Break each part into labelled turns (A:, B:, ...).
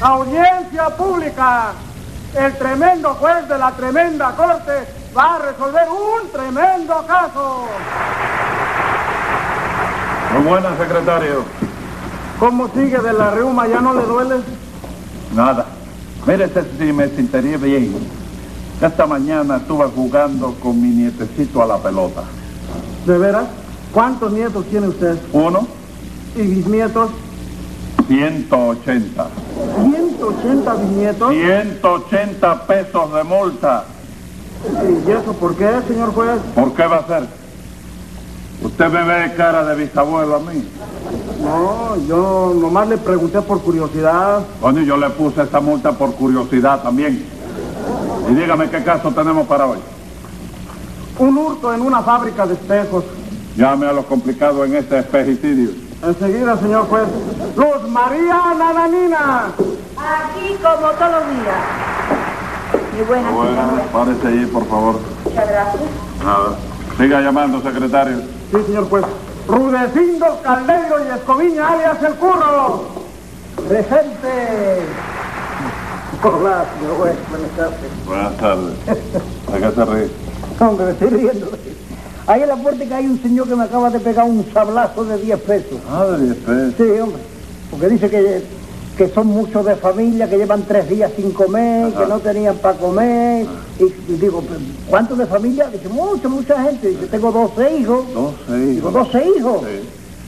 A: Audiencia pública. El tremendo juez de la tremenda corte va a resolver un tremendo caso.
B: Muy buenas, secretario.
A: ¿Cómo sigue de la reuma? ¿Ya no le duele?
B: Nada. Mire, este sí me sentiría bien. Esta mañana estuve jugando con mi nietecito a la pelota.
A: ¿De veras? ¿Cuántos nietos tiene usted?
B: Uno,
A: ¿Y bisnietos?
B: 180.
A: 180 bisnietos.
B: 180 pesos de multa.
A: ¿Y eso por qué, señor juez?
B: ¿Por qué va a ser? Usted me ve cara de bisabuelo a mí.
A: No, yo nomás le pregunté por curiosidad.
B: Bueno, yo le puse esta multa por curiosidad también. Y dígame qué caso tenemos para hoy.
A: Un hurto en una fábrica de espejos.
B: Llame a lo complicado en este espejicidio.
A: Enseguida, señor juez. Luz María Nananina.
C: Aquí como todos los días. Muy buenas,
B: Bueno,
C: señora.
B: párese allí, por favor.
C: Muchas gracias.
B: Nada. Siga llamando, secretario.
A: Sí, señor juez. Rudecindo Caldeiro y Escoviña, alias El Curro. Presente. Hola, señor juez. Buenas tardes.
B: Buenas tardes. ¿A qué se ríe?
D: Hombre, me estoy riendo. Ahí en la puerta que hay un señor que me acaba de pegar un sablazo de 10 pesos.
B: Madre, usted.
D: Sí, hombre. Porque dice que, que son muchos de familia, que llevan tres días sin comer,
B: Ajá.
D: que no tenían para comer. Y, y digo, "Pero, ¿cuántos de familia? Dice, mucha, mucha gente. Dice, tengo 12 hijos.
B: 12
D: Digo,
B: hijos.
D: 12 hijos.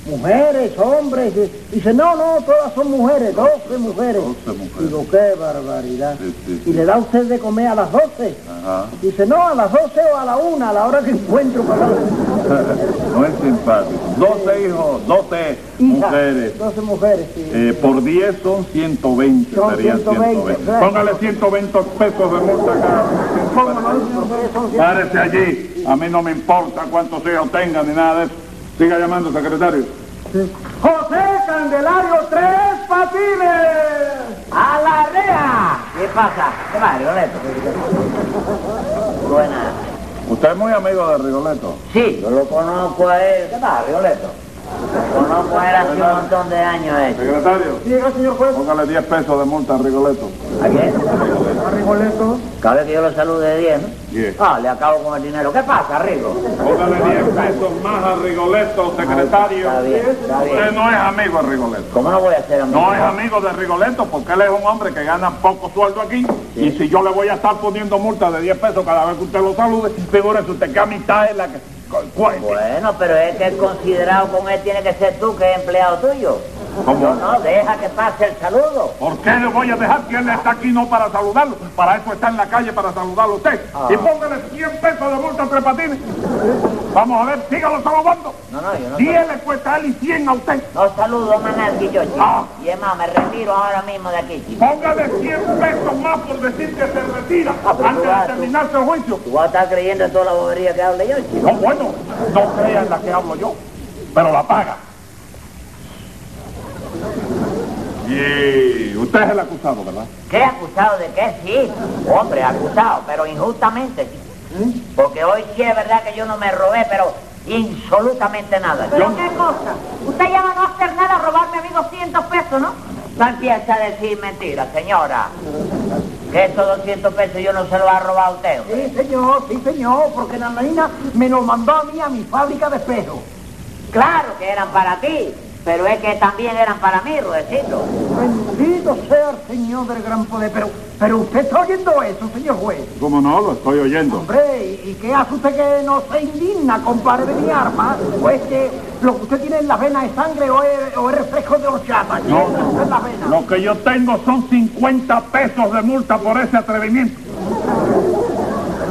D: Mujeres, hombres. Dice, Dice, no, no, todas son mujeres, 12 mujeres.
B: 12 mujeres.
D: Digo, qué barbaridad.
B: Sí, sí, Ah.
D: Y
B: sí.
D: le da usted de comer a las 12.
B: Ajá.
D: Dice, no, a las 12 o a la 1, a la hora que encuentro. Para...
B: No es simpático. 12 hijos, 12
D: Hija,
B: mujeres.
D: 12 mujeres, sí.
B: Eh, por 10 son 120,
D: Son
B: serían
D: 120,
B: 120.
D: claro.
B: Póngale 120 pesos de multa acá.
D: ¿Cómo no? Dice, mujeres son cien-
B: Párese allí. A mí no me importa cuántos hijos tengan ni nada de eso. Siga llamando, secretario.
A: José Candelario Tres Patines.
E: ¡A la rea! ¿Qué pasa? ¿Qué más, Leoneto? Buena.
B: Usted es muy amigo de Rigoletto.
E: Sí, yo lo conozco a él. ¿Qué más, Violeto? Lo conozco a él hace un montón de años. eh.
B: Secretario,
A: Llega, señor juez.
B: póngale 10 pesos de multa a Rigoletto.
E: ¿A qué?
A: A Rigoletto.
E: Cabe que yo lo salude de 10, ¿no?
B: Diez.
E: Ah, le acabo con el dinero. ¿Qué pasa, Rigo?
B: Póngale 10 pesos más a Rigoletto, secretario.
E: Está bien, está bien.
B: Usted no es amigo de Rigoletto.
E: ¿Cómo no voy a ser amigo?
B: No es amigo de Rigoletto porque él es un hombre que gana poco sueldo aquí. Y si yo le voy a estar poniendo multa de 10 pesos cada vez que usted lo salude, figúrese usted que amistad es la que... cu- cu-
E: Bueno, pero es que el considerado con él tiene que ser tú, que es empleado tuyo.
B: ¿Cómo?
E: No, no, deja que pase el saludo.
B: ¿Por qué le voy a dejar que él está aquí no para saludarlo? Para eso está en la calle, para saludarlo a usted.
E: Ah.
B: Y póngale 100 pesos de multa a Tres Patines. Vamos a ver, sígalo saludando.
E: No, no, yo no.
B: 10 le cuesta a él y 100 a usted.
E: No saludo más a nadie, yo, chico.
B: Ah.
E: Y es más, me retiro ahora mismo de aquí, chico.
B: Póngale 100 pesos más por decir que se retira
E: Ah, pero
B: antes
E: tú vas,
B: de
E: tú.
B: terminarse el juicio.
E: Tú vas a estar creyendo en toda la bobería que hable yo, chico.
B: No, bueno, no crea en la que hablo yo, pero la paga. Y usted es el acusado, ¿verdad?
E: ¿Qué acusado de qué? Sí, hombre, acusado, pero injustamente, chico.
B: ¿Mm?
E: Porque hoy sí es verdad que yo no me robé, pero absolutamente nada. chico.
C: Pero qué cosa. Usted ya no va a hacer nada a robarme, amigo, 100 pesos, ¿no?
E: No empieza a decir mentiras, señora. Que estos 200 pesos yo no se los ha robado a usted. hombre.
D: Sí, señor, sí, señor, porque Nananina me lo mandó a mí a mi fábrica de espejos.
E: Claro que eran para ti, pero es que también eran para mí, Rudecito.
D: Bendito sea el Señor del Gran Poder, pero, pero usted está oyendo eso, señor juez.
B: ¿Cómo no? Lo estoy oyendo.
D: Hombre, ¿y- ¿y qué hace usted que no se indigna, compadre de mi arma? ¿O es que lo que usted tiene en las venas es sangre o es, o es refresco de horchata? ¿Qué
B: No,
D: es lo que está en las venas?
B: Lo que yo tengo son 50 pesos de multa por ese atrevimiento.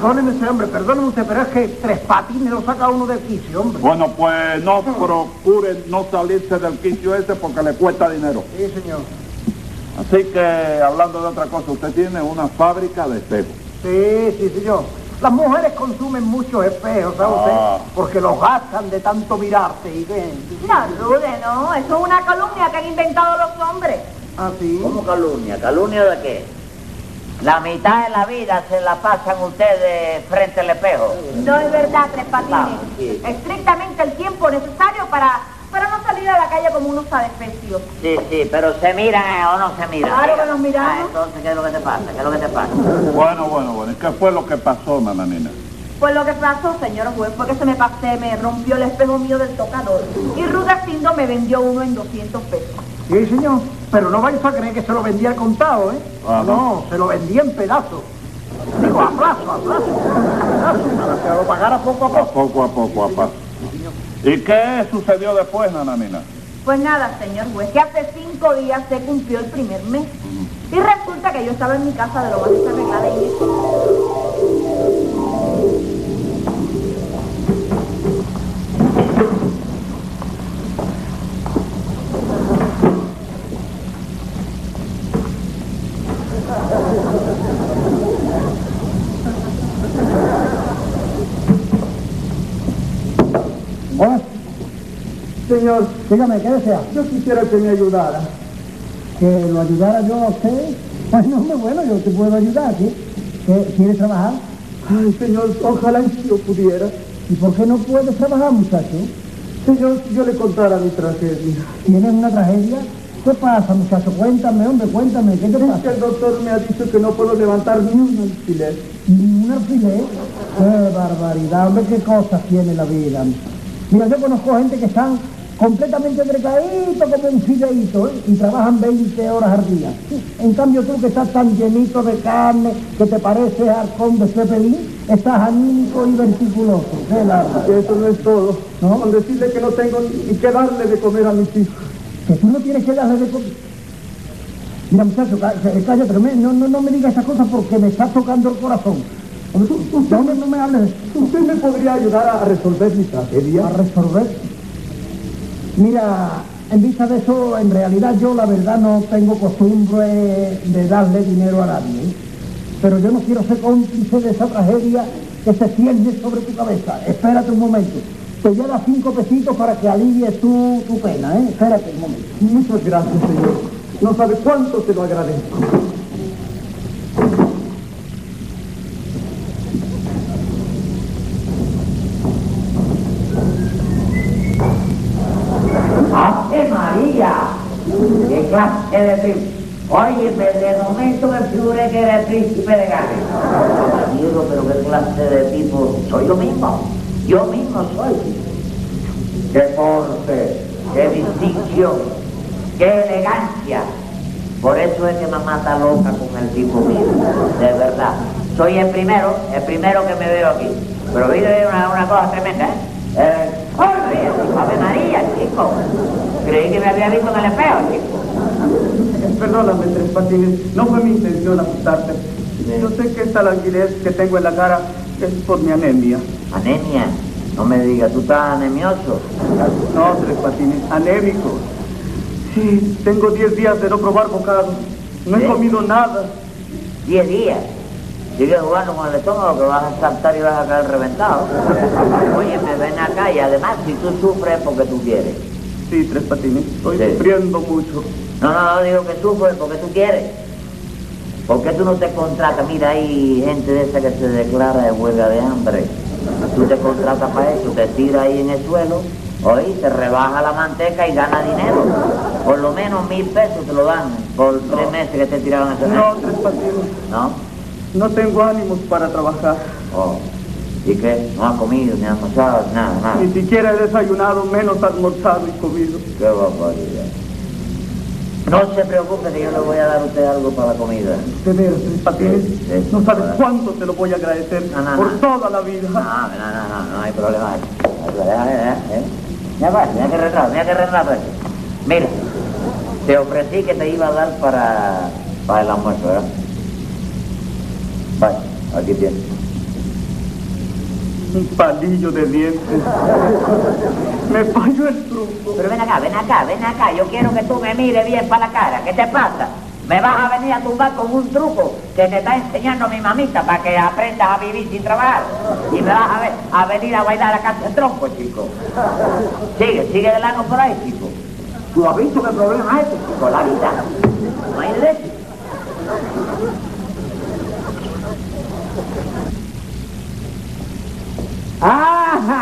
D: Perdóneme, hombre, perdóneme usted, pero es que tres patines lo saca uno de quicio, hombre.
B: Bueno, pues no procuren no salirse del quicio ese porque le cuesta dinero.
D: Sí, señor.
B: Así que, hablando de otra cosa, usted tiene una fábrica de espejos.
D: Sí, sí, señor. Las mujeres consumen muchos espejos, ¿sabe usted?
B: Ah.
D: Porque los gastan de tanto mirarse y que...
C: No dude, no. Eso es una calumnia que han inventado los hombres.
D: Ah, sí.
E: ¿Cómo calumnia? ¿Calumnia de qué? La mitad de la vida se la pasan ustedes frente al espejo.
C: No es verdad, Tres Patines.
E: Vamos, sí.
C: Estrictamente el tiempo necesario para, para no salir salir a la calle como unos adespecios.
E: Sí, sí, pero se miran eh, o no se miran.
C: Claro que
E: Mira.
C: nos miramos.
E: Ah, entonces, ¿qué es lo que te pasa? ¿Qué es lo que te pasa?
B: Bueno, bueno, bueno. ¿Y qué fue lo que pasó, nananina?
C: Pues lo que pasó, señor juez, fue que se me pasé, me rompió el espejo mío del tocador. Y Rudecindo me vendió uno en 200 pesos.
D: Sí, señor, pero no vais a creer que se lo vendía al contado, ¿eh?
B: Ah,
D: no, se lo vendía en pedazos. Digo, a plazo, a plazo, a plazo, para que lo pagara poco a
B: A
D: poco.
B: poco, a poco, a paso. ¿Y qué sucedió después, nananina?
C: Pues nada, señor juez, que hace cinco días se cumplió el primer mes. Y resulta que yo estaba en mi casa de lo más desarreglada y eso.
A: Hola. Señor. Dígame, ¿qué desea? Yo quisiera que me ayudara.
F: que lo ayudara yo a usted. Bueno, hombre, bueno, yo te puedo ayudar, ¿sí? ¿Qué- ¿Quieres trabajar?
A: Ay, señor, ojalá y si yo pudiera.
F: ¿Y por qué no puedes trabajar, muchacho?
A: Señor, si yo le contara mi tragedia.
F: ¿Tienes una tragedia? ¿Qué pasa, muchacho? Cuéntame, hombre, cuéntame, ¿qué te
A: Es que
F: pasa?
A: el doctor me ha dicho que no puedo levantar ni un alfiler.
F: Ni Un alfiler. ¡Qué barbaridad! Hombre, qué cosas tiene la vida. Mira, yo conozco gente que están completamente precaditos como un fideíto ¿eh? y trabajan 20 horas al día. En cambio tú que estás tan llenito de carne que te pareces arcón de Zeppelin, estás anímico y verticuloso. ¡Qué larga!
A: Y eso no es todo.
F: ¿No?
A: Con decirle que no tengo ni que darle de comer a mis hijos.
F: Que tú no tienes que darle de comer. Mira, muchacho, cá- cá- cállate, no me- no, no, no me digas esas cosas porque me estás tocando el corazón. Hombre, tú- tú- No, me- no me hables de-
A: ¿Usted me podría ayudar a resolver mi
F: a
A: tragedia?
F: resolver. Mira, en vista de eso, en realidad yo la verdad no tengo costumbre de darle dinero a nadie. ¿eh? Pero yo no quiero ser cómplice de esa tragedia que se cierne sobre tu cabeza. Espérate un momento. Te voy a dar cinco pesitos para que alivies tu, tu pena, ¿eh? Espérate un momento.
A: Muchas gracias, señor. No sabe cuánto se lo agradezco.
E: ¡Ave María! ¡Qué clase de príncipe! Oye, desde el momento me figuré que era el príncipe de Gales. Amigo, pero qué clase de tipo. Soy yo mismo. Yo mismo soy. ¡Qué porte! ¡Qué distinción! ¡Qué elegancia! Por eso es que me mata loca con el tipo mío. De verdad. Soy el primero, el primero que me veo aquí. Pero mire una, una cosa tremenda, ¿eh? eh ¡Hombre! ¡Ave María, chico! Creí que me había visto en el espejo, chico.
A: Perdóname, Tres Patines, no fue mi intención asustarte. Yo sé que esta languidez que tengo en la cara es por mi anemia.
E: Anemia, no me digas, tú estás anemioso.
A: No, Tres Patines, anémico. Sí, tengo 10 días de no probar bocado. No he
E: ¿Eh?
A: comido nada.
E: Diez días. Sigue jugando con el estómago que vas a saltar y vas a caer reventado. Oye, me ven acá y además si tú sufres es porque tú quieres.
A: Sí, Tres Patines, estoy
E: Sí.
A: sufriendo mucho.
E: No, no, no digo que sufres porque tú quieres. ¿Por qué tú no te contratas? Mira, hay gente de esa que se declara de huelga de hambre. Tú te contratas para eso, te tira ahí en el suelo, oí, te rebaja la manteca y gana dinero. Por lo menos mil pesos te lo dan por tres meses que te tiraron ese
A: No,
E: mes.
A: Tres Patines,
E: ¿No?
A: no tengo ánimos para trabajar.
E: Oh. ¿Y qué? No has comido, ni has almorzado, nada, nada.
A: Ni siquiera he desayunado, menos almorzado y comido.
E: Qué barbaridad. No se preocupe que yo le voy a dar a usted algo para la comida.
A: De veras, Tres Patines,
E: Sí, sí.
A: no sabes cuánto te lo voy a agradecer
E: No, no, Ah.
A: por
E: no.
A: toda la vida.
E: No, no, no, no, no hay problema. Mira, mira qué retrato, mira qué retrato. este. Mira, te ofrecí que te iba a dar para, para el almuerzo, ¿verdad? Vale, aquí tienes.
A: Un palillo de dientes. Me falló el truco.
E: Pero ven acá, ven acá, ven acá. Yo quiero que tú me mires bien para la cara. ¿Qué te pasa? Me vas a venir a tumbar con un truco que te está enseñando mi mamita para que aprendas a vivir sin trabajar. Y me vas a, ve- a venir a bailar acá el tronco, chico. Sigue, sigue de largo por ahí, chico. ¿Tú has visto qué problema es este, chico? La vida. No hay leche.
F: Hola,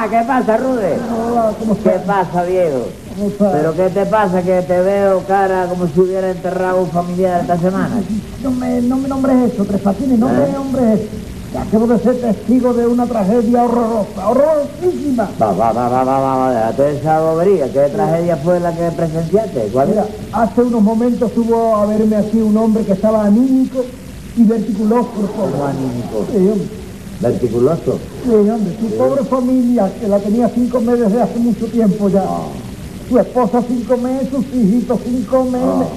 F: ¿cómo
E: ¿Qué
F: estás?
E: pasa, viejo?
F: cosa.
E: ¿Pero qué te pasa que te veo cara como si hubiera enterrado un familiar esta semana?
F: No me, no me nombres eso, Tres Patines, no
E: ¿Eh?
F: me nombres eso. Que Acabo de ser testigo de una tragedia horrorosa, horrorosísima.
E: Va, va, va, va, va, va, va, déjate esa bobería. ¿Qué tragedia fue la que presenciaste? ¿Cuál
F: Mira,
E: era?
F: hace unos momentos hubo a verme aquí un hombre que estaba anímico y verticuloso.
E: ¿Cómo anímico?
F: Sí, hombre,
E: ¿Verticuloso?
F: sí, hombre. Su pobre familia, que la tenía cinco meses de hace mucho tiempo ya. Su esposa cinco meses, sus hijitos cinco meses.
E: Ah.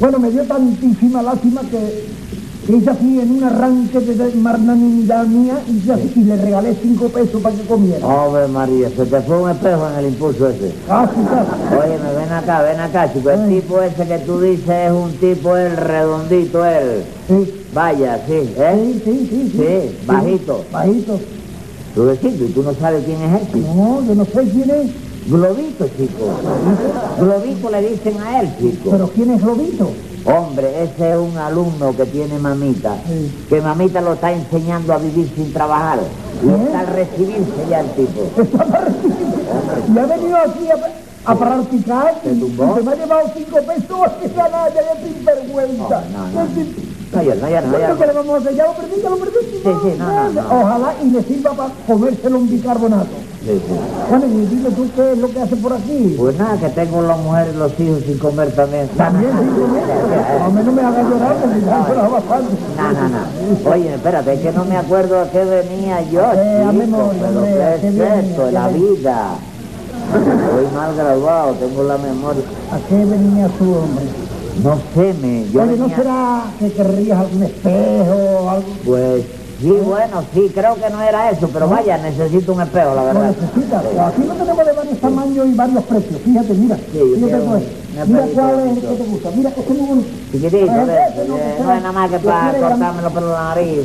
F: Bueno, me dio tantísima lástima que, que hice así en un arranque de de magnanimidad mía hice así, y le regalé cinco pesos para que comiera.
E: Hombre María, se te fue un espejo en el impulso ese.
F: Casi, casi.
E: Oye, ven acá, ven acá, chico. El
F: Ay.
E: tipo ese que tú dices es un tipo, el redondito, el...
F: Sí,
E: Vaya, sí, ¿eh?
F: sí, sí, sí.
E: Sí, bajito.
F: Bajito.
E: Tú decís, y tú no sabes quién es él, chico.
F: No, yo no sé Pues, quién es.
E: Globito, chico. Globito le dicen a él, chico.
F: ¿Pero quién es Globito?
E: Hombre, ese es un alumno que tiene mamita.
F: Sí.
E: Que mamita lo está enseñando a vivir sin trabajar. Y
F: ¿Eh?
E: está al recibirse ya el tipo.
F: Y ha venido aquí a, a practicar y,
E: ¿Te tumbó?
F: y se me ha llevado cinco pesos que se nada, ya es sinvergüenza.
E: Oh, No, no, no.
F: Es sin-
E: No, ya, no, ya, no, ya.
F: ¿Cuánto que le vamos a hacer? Ya lo perdí, ya lo perdí.
E: Sí, sí, no, no, no.
F: Ojalá y le sirva para comérselo un bicarbonato.
E: Sí, sí.
F: Bueno, y dime tú qué es lo que hace por aquí.
E: Pues nada, que tengo la mujer y los hijos sin comer también.
F: También digo, a mí no me haga llorar porque ya se la va
E: No, no, no. Oye, espérate, es que no me acuerdo a qué venía yo,
F: Eh, a
E: chico,
F: memoria,
E: pero
F: hombre, ¿a
E: ¿qué
F: qué
E: es
F: venía?
E: esto?
F: ¿Qué
E: La
F: venía?
E: vida. Estoy mal graduado, tengo la memoria.
F: ¿A qué venía su hombre?
E: No sé, me... Yo
F: Oye, ¿no
E: venía-
F: será que querrías algún espejo o algo?
E: Pues sí, bueno, sí, creo que no era eso, pero vaya, necesito un espejo, la
F: Lo
E: verdad.
F: necesitas. Aquí no tenemos de varios tamaños y varios precios. Fíjate, mira.
E: yo
F: yo
E: quiero
F: tengo
E: un-
F: este.
E: una
F: Mira
E: perrita
F: cuál es el
E: bonito.
F: que te gusta. Mira, este es muy bonito.
E: Chiquitito,
F: Ah,
E: de eso,
F: ese, no,
E: eh,
F: que
E: no
F: sea-
E: es nada más que
F: que
E: para
F: quiere
E: cortármelo por la nariz.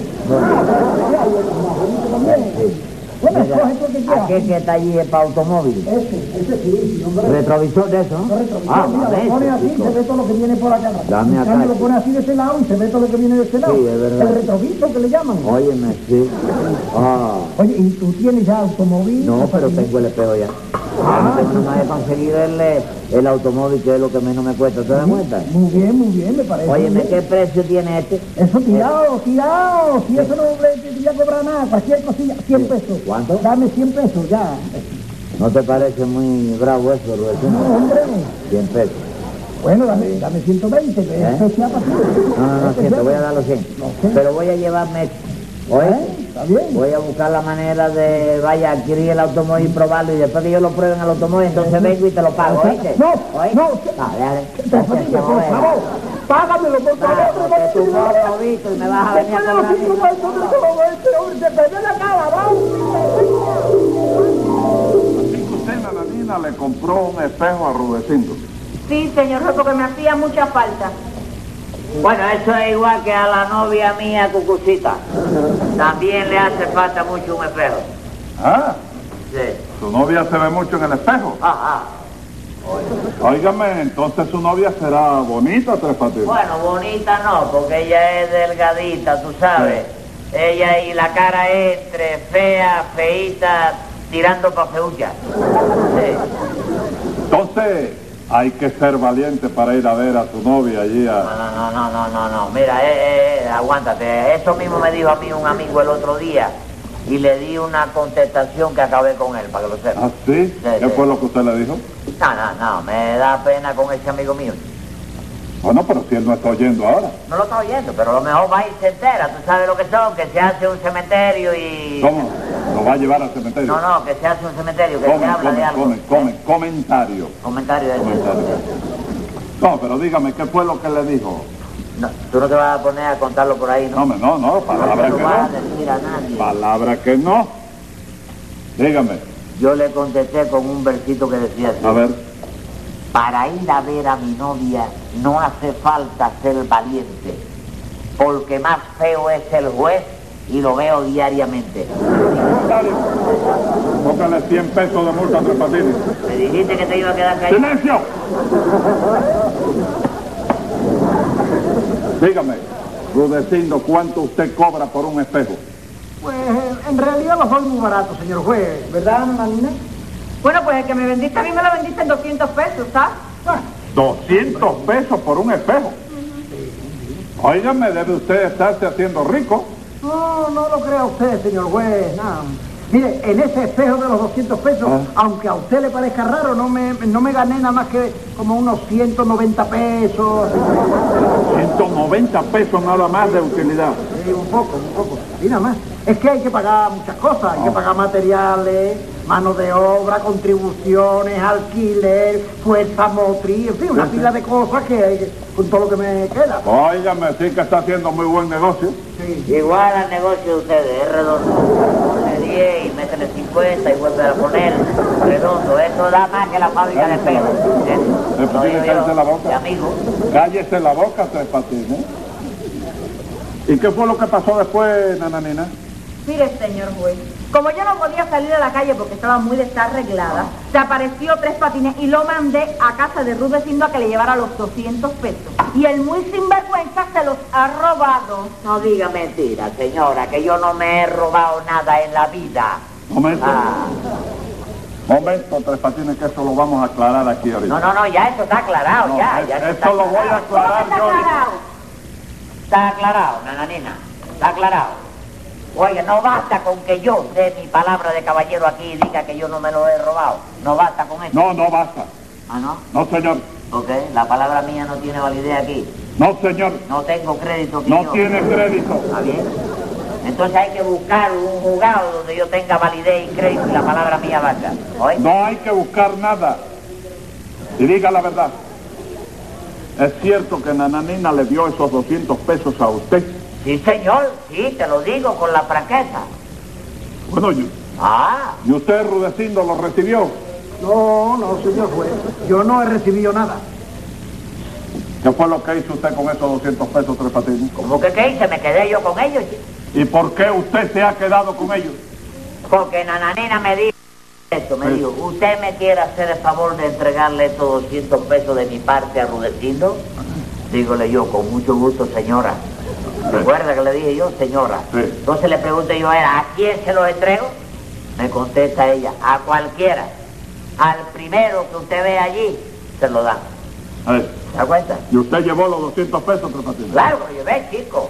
F: Bueno,
E: Mira,
F: escoge tú el que quieras.
E: aquel que está allí es para automóvil.
F: Este, este sí, hombre.
E: Retrovisor de eso, ¿no?
F: Correcto.
E: Ah,
F: mira,
E: vale,
F: lo pone
E: ese,
F: así,
E: chico.
F: se ve todo lo que viene por acá.
E: Dame
F: En
E: acá,
F: cambio, lo
E: chico.
F: pone así de este lado y se ve todo lo que viene de este lado.
E: Sí, es verdad.
F: El retrovisor que le llaman.
E: Óyeme, sí. Ah,
F: Oye, ¿y tú tienes ya automóvil?
E: no, pero
F: Patín?
E: tengo el espejo ya. Ya no tengo nada más de conseguir el, eh, el automóvil, que es lo que menos me cuesta. ¿Te das cuenta?
F: Muy bien, muy bien, me parece.
E: Óyeme,
F: bien.
E: ¿qué precio tiene este?
F: Eso tirado, tirado. Si eso no le te voy a cobrar nada, cualquier cosilla, 100 pesos.
E: ¿Cuánto?
F: Dame 100 pesos, ya.
E: ¿No te parece muy bravo eso,
F: No,
E: Rubén?
F: Este hombre.
E: 100 pesos.
F: Bueno, dame, dame 120, que
E: ¿Eh?
F: esto sea para ti.
E: No, no, no,
F: Esto
E: 100, te
F: sea-
E: voy a dar los 100.
F: Los 100.
E: Pero voy a llevarme este. ¿Oye?
F: Está bien.
E: Voy a buscar la manera de, vaya, adquirir el automóvil y probarlo, y después que yo lo pruebe en el automóvil, entonces vengo y te lo pago, ¿oíste?
F: No,
E: ¿Oíste?
F: no,
E: Ah, déjale.
F: Tres patines, por favor. Págamelo, por
E: eh. Ah,
F: favor.
E: porque tú no lo has visto y me vas a venir a
F: Después de los
E: cobrar mi
F: 5 pesos, hombre, ¿cómo va este hombre? Se perdió la cara,
B: Así que usted, Nananina, le compró un espejo a Rudecindo.
C: Sí, señor juez, porque me hacía mucha falta.
E: Bueno, eso es igual que a la novia mía, Cucucita. También le hace falta mucho un espejo.
B: Ah,
E: Sí.
B: su novia se ve mucho en el espejo.
E: Ajá.
B: Óigame, entonces su novia será bonita, Tres Patines.
E: Bueno, bonita no, porque ella es delgadita, tú sabes. Ella y la cara es entre fea, feíta, tirando pa' feucha. Sí.
B: Entonces, hay que ser valiente para ir a ver a su novia allí a...
E: No, no, no, no, no, no, no. Mira, eh, eh, eh, aguántate. Eso mismo me dijo a mí un amigo el otro día. Y le di una contestación que acabé con él, para que lo sepas.
B: ¿Ah, sí? ¿Qué
E: sí.
B: fue lo que usted le dijo?
E: No, no, no, me da pena con ese amigo mío.
B: Bueno, pero si él no está oyendo ahora.
E: No lo está oyendo, pero a lo mejor va y se entera. Tú sabes lo que son, que se hace un cementerio y...
B: ¿Cómo? ¿Lo va a llevar al cementerio?
E: No, no, que se hace un cementerio, que se
B: Comen,
E: habla de
B: comen,
E: algo.
B: comen,
E: ¿eh?
B: comen, comentario.
E: Comentario de
B: Comentario. No, pero dígame, ¿qué fue lo que le dijo?
E: No, tú no te vas a poner a contarlo por ahí,
B: No,
E: ¿no?
B: me- no, no, palabra
E: no
B: que
E: lo vas
B: no.
E: a decir a nadie.
B: Palabra que no. Dígame,
E: Yo le contesté con un versito que decía así.
B: a ver,
E: Para ir a ver a mi novia no hace falta ser valiente, porque más feo es el juez y lo veo diariamente.
B: póngale 100 pesos de multa a Tres Patines.
E: Me dijiste que te iba a quedar callado.
B: ¡Silencio! Dígame, Rudecindo, ¿cuánto usted cobra por un espejo?
D: Pues en realidad lo soy muy barato, señor juez, ¿verdad, Nanina?
C: Bueno, pues el que me vendiste a mí me lo vendiste en 200 pesos, ¿sabes?
B: 200 pesos por un espejo. Óigame, debe usted estarse haciendo rico.
A: No, no lo crea usted, señor juez, no. Mire, en ese espejo de los 200 pesos, aunque a usted le parezca raro, no me, no me gané nada más que como unos 190 pesos.
B: 190 pesos nada más de utilidad.
A: Sí, un poco, un poco. Y nada más. Es que hay que pagar muchas cosas.
F: Ah.
A: Hay que pagar materiales, mano de obra, contribuciones, alquiler, fuerza motriz, en fin, una pila de cosas que hay que- con todo lo que me queda.
B: Óigame, sí que está haciendo muy buen negocio.
E: Igual al negocio de ustedes, es redondo. Ponle 10 y métele 50 y vuelve a poner redondo. Eso da más que la fábrica de pelo.
B: Le
E: Eso. Lo
B: pusieron
E: digo
B: cáncer en la boca.
E: yo, de amigo.
B: Cállese la boca, Tres Patines. ¿Y qué fue lo que pasó después, nananina?
C: Mire, señor juez, como yo no podía salir a la calle porque estaba muy desarreglada, se apareció tres patines y lo mandé a casa de Rudecindo a que le llevara los 200 pesos. Y el muy sinvergüenza se los ha robado.
E: No diga mentira, señora, que yo no me he robado nada en la vida.
B: Momento,
E: Ah,
B: momento, Tres Patines, que eso lo vamos a aclarar aquí ahorita.
E: no, no, no, ya eso está aclarado,
B: No,
E: ya.
B: es-
E: ya eso
B: esto lo voy a
C: ¿Cómo que
B: aclarar
C: está
B: yo.
C: aclarado?
E: Está aclarado, nananina, está aclarado. Oye, no basta con que yo dé mi palabra de caballero aquí y diga que yo no me lo he robado. No basta con eso.
B: No, no basta.
E: Ah, no.
B: No, señor.
E: Ok, la palabra mía no tiene validez aquí.
B: No, señor.
E: No tengo crédito aquí.
B: No
E: yo.
B: tiene crédito.
E: Está bien. Entonces hay que buscar un juzgado donde yo tenga validez y crédito y la palabra mía valga. ¿Oíste?
B: No hay que buscar nada. Y diga la verdad. Es cierto que Nananina le dio esos 200 pesos a usted.
E: Sí, señor, sí, te lo digo con la franqueza.
B: Bueno, y,
E: Ah,
B: y usted, Rudecindo, lo recibió.
A: No, no, señor juez. Yo no he recibido nada.
B: ¿Qué fue lo que hizo usted con esos 200 pesos, Tres Patines?
E: ¿cómo que qué hice? Me quedé yo con ellos, chico.
B: ¿Y por qué usted se ha quedado con ellos?
E: Porque Nananina me dijo esto, me
B: Sí.
E: dijo, ¿usted me quiere hacer el favor de entregarle estos 200 pesos de mi parte a Rudecindo? Dígole yo, con mucho gusto, señora. ¿Recuerda que le dije yo, señora?
B: Sí.
E: Entonces le pregunté yo a ella, ¿a quién se los entrego? Me contesta ella, a cualquiera. Al primero que usted ve allí, se lo da.
B: A ver,
E: ¿Se da cuenta?
B: ¿Y usted llevó los 200 pesos, Tres Patines?
E: Claro, que lo llevé, chico.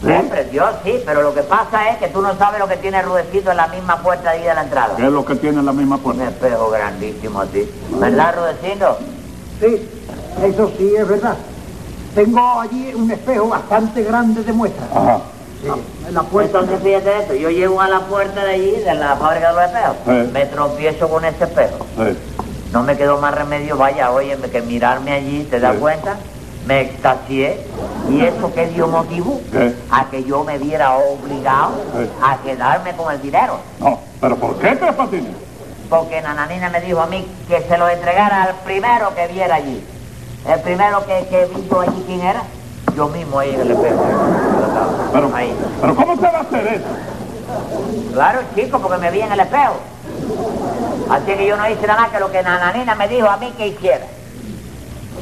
B: ¿Sí?
E: Siempre, Dios, sí, pero lo que pasa es que tú no sabes lo que tiene Rudecindo en la misma puerta ahí de la entrada.
B: ¿Qué es lo que tiene en la misma
E: Un
B: puerta?
E: espejo grandísimo así. ¿Verdad, Rudecindo?
A: Sí, eso sí es verdad. Tengo allí un espejo bastante grande de muestra.
B: Ajá.
A: Sí, en la
E: Pues
A: puerta.
E: entonces fíjate esto, yo llego a la puerta de allí, de la fábrica de los espejos,
A: Eh.
B: Sí.
E: me tropiezo con ese espejo.
B: Sí.
E: No me quedó más remedio, vaya, óyeme, que mirarme allí, ¿te das
B: Sí.
E: cuenta? Me extasié. ¿Y eso qué dio motivo?
A: Eh.
B: ¿Qué?
E: A que yo me viera obligado
B: Sí.
E: a quedarme con el dinero.
B: No, ¿pero por qué, Tres Patines?
E: Porque Nananina me dijo a mí que se lo entregara al primero que viera allí. El primero que, que visto allí, ¿quién era? Yo mismo ahí en el espejo.
B: ¿Pero,
E: Ahí.
B: ¿pero cómo se va a hacer eso?
E: Claro, chico, porque me vi en el espejo. Así que yo no hice nada más que lo que Nananina me dijo a mí que hiciera.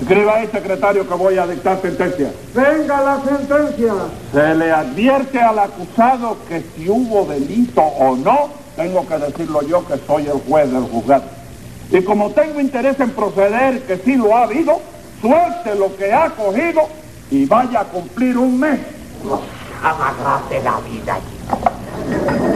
B: Escriba ahí, secretario, que voy a dictar sentencia.
A: Venga la sentencia.
B: Se le advierte al acusado que si hubo delito o no, tengo que decirlo yo que soy el juez del juzgado. Y como tengo interés en proceder que sí lo ha habido, suelte lo que ha cogido y vaya a cumplir un mes.
E: Jamás de la vida, chico.